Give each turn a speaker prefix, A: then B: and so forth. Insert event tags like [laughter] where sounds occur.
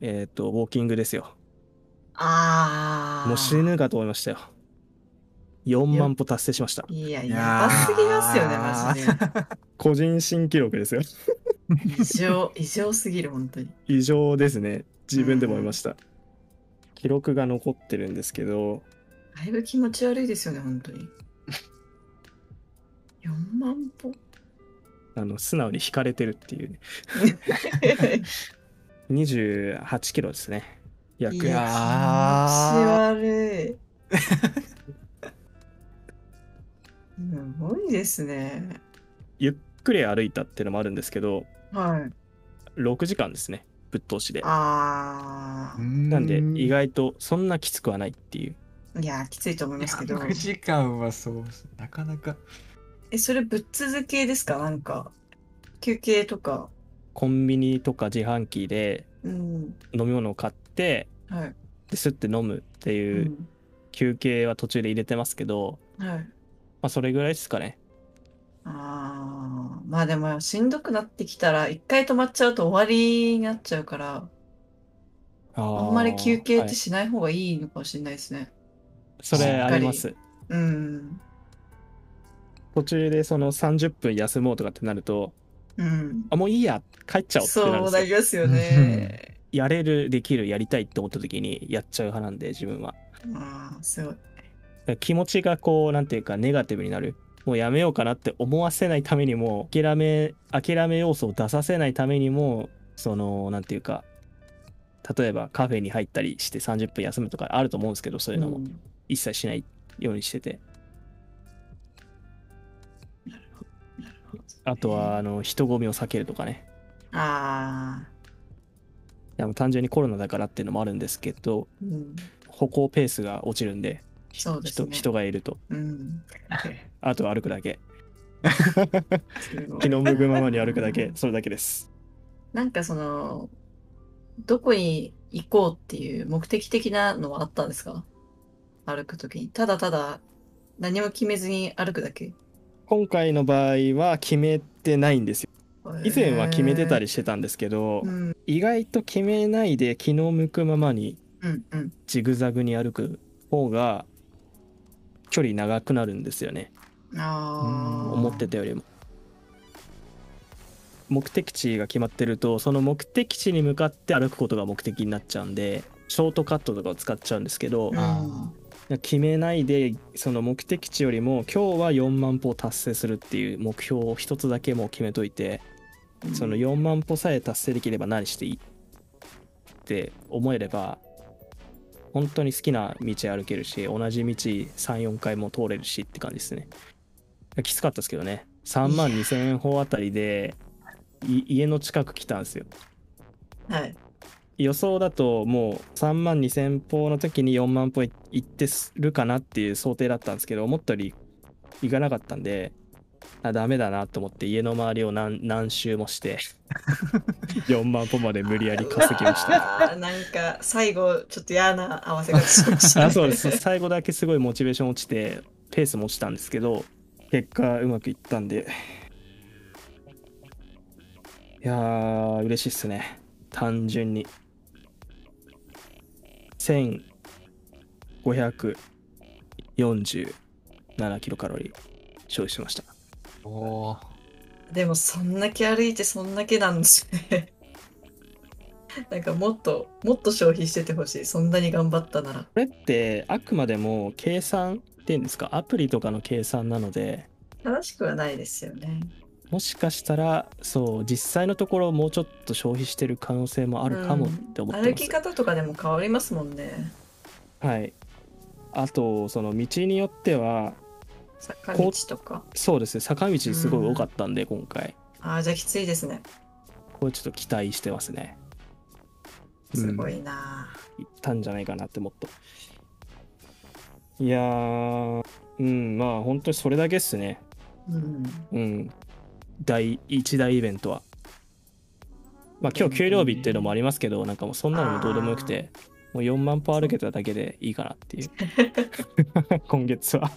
A: えっ、と、ウォーキングですよ。
B: ああ。
A: もう死ぬかと思いましたよ。4万歩達成しました。
B: いや、
C: い
B: や
C: やー
B: ばすぎますよね、マジで。
A: 個人新記録ですよ。
B: 異常、異常すぎる、本当に。
A: 異常ですね。自分でも思いました。記録が残ってるんですけど、
B: だいぶ気持ち悪いですよね、本当に。4万歩
A: あの、素直に引かれてるっていうね。28キロですね。約
B: い
C: い
B: や
C: や
B: 気持ち悪い。すごいですね。
A: ゆっくり歩いたっていうのもあるんですけど、
B: はい。
A: 6時間ですね。ぶっ通しで。
B: あ
C: ーん
A: なんで、意外とそんなきつくはないっていう。
B: あ。いや、きついと思いますけど。
C: 6時間はそうなかなか
B: え、それぶっ続けですかなんか、休憩とか。
A: コンビニとか自販機で
B: うん。
A: 飲み物を買って、
B: はい。
A: で、スって飲むって
B: う。
A: いうん休憩は途中で入れてますけど、
B: はい。
A: まあ、それぐらいですかね。
B: ああ、まあでもしんどくなってきたら、一回止まっちゃうと終わりになっちゃうから、
A: あ
B: あ
A: ー
B: んまり休憩っ
A: は
B: て
A: い
B: しない方がいいのかもしれないですね。
A: それあります。
B: うん。
A: 途中でその30分休もうとかってなると、
B: うん。
A: あ、もういいや、帰っちゃおうってなるんで
B: そう
A: す
B: な
A: よ
B: りますよね。
A: [laughs] やれる、できる、やりたいって思った時にやっちゃう派なんで、自分は。
B: ああ、すごい。
A: だから気持ちがこう、なんていうか、ネガティブになる。もうやめようかなって思わせないためにも、諦め、諦め要素を出させないためにも、その、なんていうか、例えばカフェに入ったりして30分休むとかあると思うんですけど、そういうの
B: う
A: も
B: ん
A: 一切しないようにしてて。
B: なるほどなるほど
A: あとは、あの、人混みを避けるとかね。
B: ああ、
A: いやもう単純にコロナだからっていうのもあるんですけど、
B: うん。
A: 歩行ペースが落ちるんで、ひ
B: そうですね
A: 人人がいると。 [laughs]
B: うん。
A: あとは歩くだけ。
B: すごい
A: 気の向くままに歩くだ
B: [laughs]
A: け、それだけです。
B: なんかその、どこに行こうっていう目的的なのはあったんですか歩くときに。ただただ何も決めずに歩くだけ。
A: 今回の場合は決めてないんですよ。以前は決めてたりしてたんですけど
B: う、ん、
A: 意外と決めないで気の向くままに
B: うん、うん。
A: ジグザグに歩く方が距離長くなるんですよね。
B: ああ。
A: 思ってたよりも。目的地が決まってると、その目的地に向かって歩くことが目的になっちゃうんで、ショートカットとかを使っちゃうんですけど、
C: あ
A: 決めないでその目的地よりも今日は4万歩を達成するっていう目標を一つだけもう決めといて
B: うん
A: その4万歩さえ達成できれば何していいって思えれば本当に好きな道歩けるし同じ道34回も通れるしって感じですねきつかったですけどね3万2000歩あたりでい家の近く来たんですよ
B: はい。
A: 予想だともう3万2,000歩の時に4万歩いってするかなっていう想定だったんですけど思ったよりいかなかったんであダメだなと思って家の周りを何何周もして4万歩まで無理やり稼ぎました
B: あーなんか最後ちょっと嫌な合わせ方しましたね
A: [laughs] あそうです最後だけすごいモチベーション落ちてペースも落ちたんですけど結果うまくいったんでいやー嬉しいっすね単純に1547キロカロリー消費しました
C: ーおー
B: でもそんだけ歩いてそんだけなんですね。なんかもっともっと消費しててほしい。そんなに頑張ったなら。
A: これってあくまでも計算っていうんですかアプリとかの計算なので
B: 正しくはないですよね。
A: もしかしたらそう実際のところもうちょっと消費してる可能性もあるかもって思ってます、
B: 歩き方とかでも変わりますもんね。
A: はいあとその道によっては
B: 坂道とか。
A: そうですね坂道すごい多かったんで、今回
B: ああ、じゃあきついですね。
A: これちょっと期待してますねうん
B: すごいな、
A: 行ったんじゃないかなってもっといやーうんまあ本当にそれだけっすね
B: うん。
A: うん第一大イベントはまあ今日給料日っていうのもありますけどなんかもうそんなのもどうでもよくてもう4万歩歩けただけでいいかなっていう今月は